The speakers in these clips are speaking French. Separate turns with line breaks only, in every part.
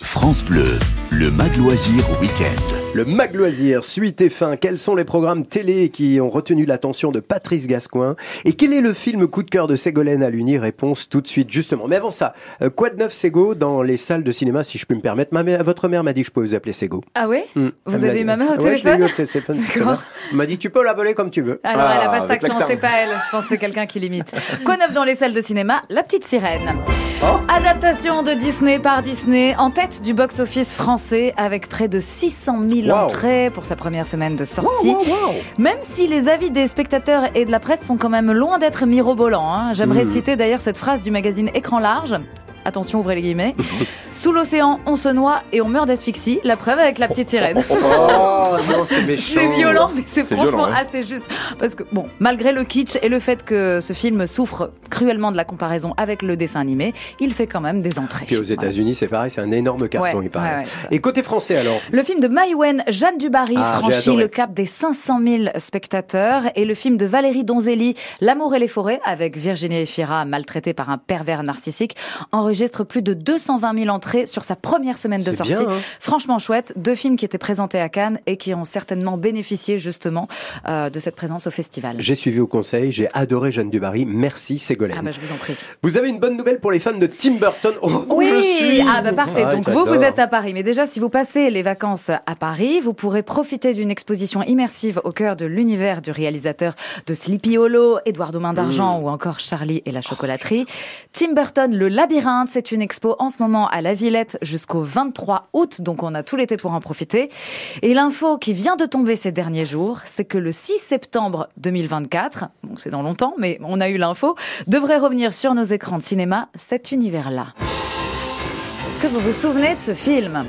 France Bleu, le Mag Loisir Week-end.
Le Mag Loisir, suite et fin, quels sont les programmes télé qui ont retenu l'attention de Patrice Gascoigne Et quel est le film coup de cœur de Ségolène Aluni Réponse tout de suite, justement. Mais avant ça, euh, quoi de neuf Ségo dans les salles de cinéma, si je peux me permettre ma mère- Votre mère m'a dit que je pouvais vous appeler Ségo.
Ah ouais
Hmm. Elle
Vous
me
avez
l'a
eu
dit.
ma mère
Ah
au
ouais, je l'ai
téléphone
eu au téléphone cette
D'accord.
semaine. Elle m'a dit tu peux l'appeler comme tu veux.
Alors, elle a pas cet
avec
accent,
l'accent.
c'est pas elle. Je pense que c'est quelqu'un qui l'imite. Quoi neuf dans les salles de cinéma La petite sirène.
Oh.
Adaptation de Disney par Disney, en tête du box-office français, avec près de 600 000
Wow.
entrées pour sa première semaine de
Wow,
sortie.
wow, Oh, wow.
Même si les avis des spectateurs et de la presse sont quand même loin d'être mirobolants. hein. J'aimerais
Hmm.
citer d'ailleurs cette phrase du magazine Écran Large. Attention, ouvrez les guillemets. Sous l'océan, on se noie et on meurt d'asphyxie. La preuve avec la petite sirène.
Oh non, c'est méchant.
C'est violent, mais c'est
C'est
franchement
violent, ouais.
assez juste. Parce que, bon, malgré le kitsch et le fait que ce film souffre cruellement de la comparaison avec le dessin animé, il fait quand même des entrées.
Puis aux
Voilà.
États-Unis, c'est pareil, c'est un énorme carton,
Ouais,
il paraît.
ouais, ouais, c'est ça.
et côté français alors
Le film de Maïwen, Jeanne Dubarry,
Ah, j'ai
franchit
adoré.
le cap des 500 000 spectateurs. Et le film de Valérie Donzelli, L'amour et les forêts, avec Virginie Efira, maltraitée par un pervers narcissique, enregistre plus de 220 000 entrées sur sa première semaine de
C'est
sortie.
bien, hein.
Franchement chouette. Deux films qui étaient présentés à Cannes et qui ont certainement bénéficié, justement, euh, de cette présence au festival.
J'ai suivi au conseil, j'ai adoré Jeanne Dubarry. Merci Ségolène.
Ah bah, je vous en prie.
Vous avez une bonne nouvelle pour les fans de Tim Burton. Oh,
Oui,
je suis.
ah bah parfait.
Ouais,
Donc vous, vous
j'adore.
êtes à Paris. Mais déjà, si vous passez les vacances à Paris, vous pourrez profiter d'une exposition immersive au cœur de l'univers du réalisateur de Sleepy Hollow, Édouard Main d'Argent
Mm.
ou encore Charlie et la chocolaterie. Tim Burton, le labyrinthe, c'est une expo en ce moment à la Villette jusqu'au 23 août. Donc on a tout l'été pour en profiter. Et l'info qui vient de tomber ces derniers jours, c'est que le 6 septembre 2024, bon c'est dans longtemps, mais on a eu l'info, devrait revenir sur nos écrans de cinéma cet univers-là. Est-ce que vous vous souvenez de ce film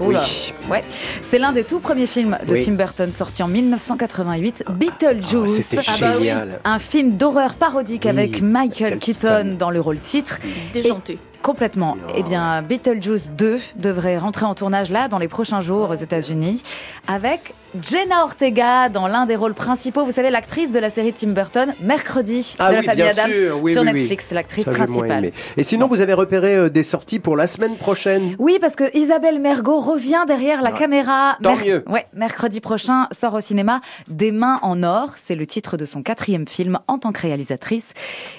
Oula.
Oui.
Ouais. C'est l'un des tout premiers films de
Oui. Oh,
Tim Burton sorti en 1988, Beetlejuice.
c'était
Ah bah oui.
génial.
Un film d'horreur parodique
Oui,
avec Michael
Michael
Keaton,
Keaton.
dans le rôle titre.
déjanté.
Complètement. Eh bien, Beetlejuice 2 devrait rentrer en tournage là dans les prochains jours aux États-Unis avec Jenna Ortega dans l'un des rôles principaux. Vous savez, l'actrice de la série Tim Burton, Mercredi
Ah
de la
oui,
famille
bien
Adams
sûr. Oui,
sur
oui, oui.
Netflix, c'est l'actrice
Ça, j'ai moins
principale.
aimé. Et sinon, vous avez repéré euh, des sorties pour la semaine prochaine.
Oui, parce que Isabelle Mergot revient derrière la
Ah,
caméra.
tant mieux.
Ouais, mercredi prochain sort au cinéma Des mains en or. C'est le titre de son quatrième film en tant que réalisatrice.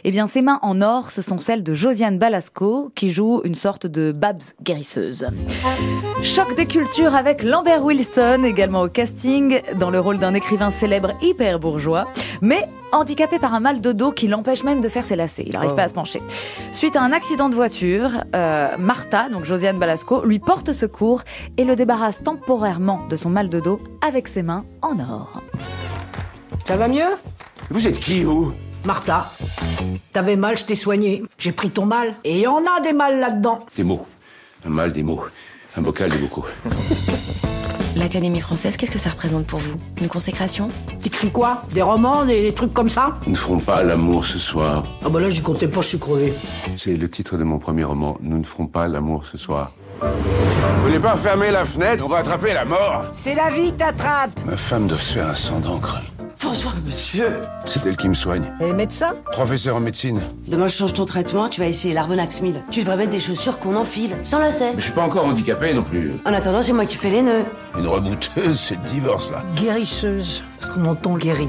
Eh bien, ces mains en or, ce sont celles de Josiane Balasco, qui joue une sorte de Babs guérisseuse. Choc des cultures avec Lambert Wilson, également au casting, dans le rôle d'un écrivain célèbre hyper bourgeois, mais handicapé par un mal de dos qui l'empêche même de faire ses lacets. Il n'arrive
Oh.
pas à se pencher. Suite à un accident de voiture, euh, Martha, donc Josiane Balasco, lui porte secours et le débarrasse temporairement de son mal de dos avec ses mains en or.
Ça va mieux
Vous êtes qui, vous
Martha, t'avais mal, je t'ai soigné. J'ai pris ton mal. Et y en a des mal là-dedans.
Des mots. Un mal des mots. Un bocal des bocaux.
L'Académie française, qu'est-ce que ça représente pour vous Une consécration
T'écris quoi Des romans, des, des trucs comme ça
Nous ne ferons pas l'amour ce soir.
Ah bah là, j'y comptais pas, je suis crevé.
C'est le titre de mon premier roman. Nous ne ferons pas l'amour ce soir. Vous voulez pas fermer la fenêtre On va attraper la mort
C'est la vie qui t'attrape.
Ma femme doit se faire un sang d'encre.
François, monsieur
C'est elle qui me soigne.
Et médecin
Professeur en médecine.
Demain, je change ton traitement, tu vas essayer l'Arbonax 1000. Tu devrais mettre des chaussures qu'on enfile, sans lacets.
Mais je suis pas encore handicapé non plus.
En attendant, c'est moi qui fais les nœuds.
Une rebouteuse, c'est le divorce, là.
Guérisseuse. Parce qu'on entend guéri.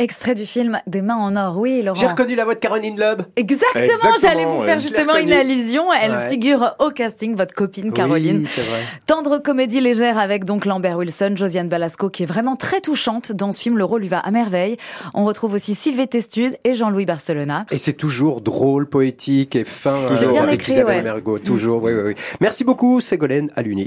Extrait du film Des mains en or. Oui, Laurent.
J'ai reconnu la voix de Caroline Loeb.
Exactement,
Exactement,
j'allais vous
ouais.
faire
Je l'ai
justement une
reconnue.
allusion. Elle
Ouais.
figure au casting, votre copine Caroline.
Oui, c'est vrai.
Tendre comédie légère avec donc Lambert Wilson, Josiane Balasco qui est vraiment très touchante dans ce film. Le rôle lui va à merveille. On retrouve aussi Sylvie Testude et Jean-Louis Barcelona.
Et c'est toujours drôle, poétique et fin.
C'est
euh,
bien
avec
écrit,
Isabelle
ouais.
Mergo. Toujours, oui, oui, oui. Merci beaucoup, Ségolène Aluni.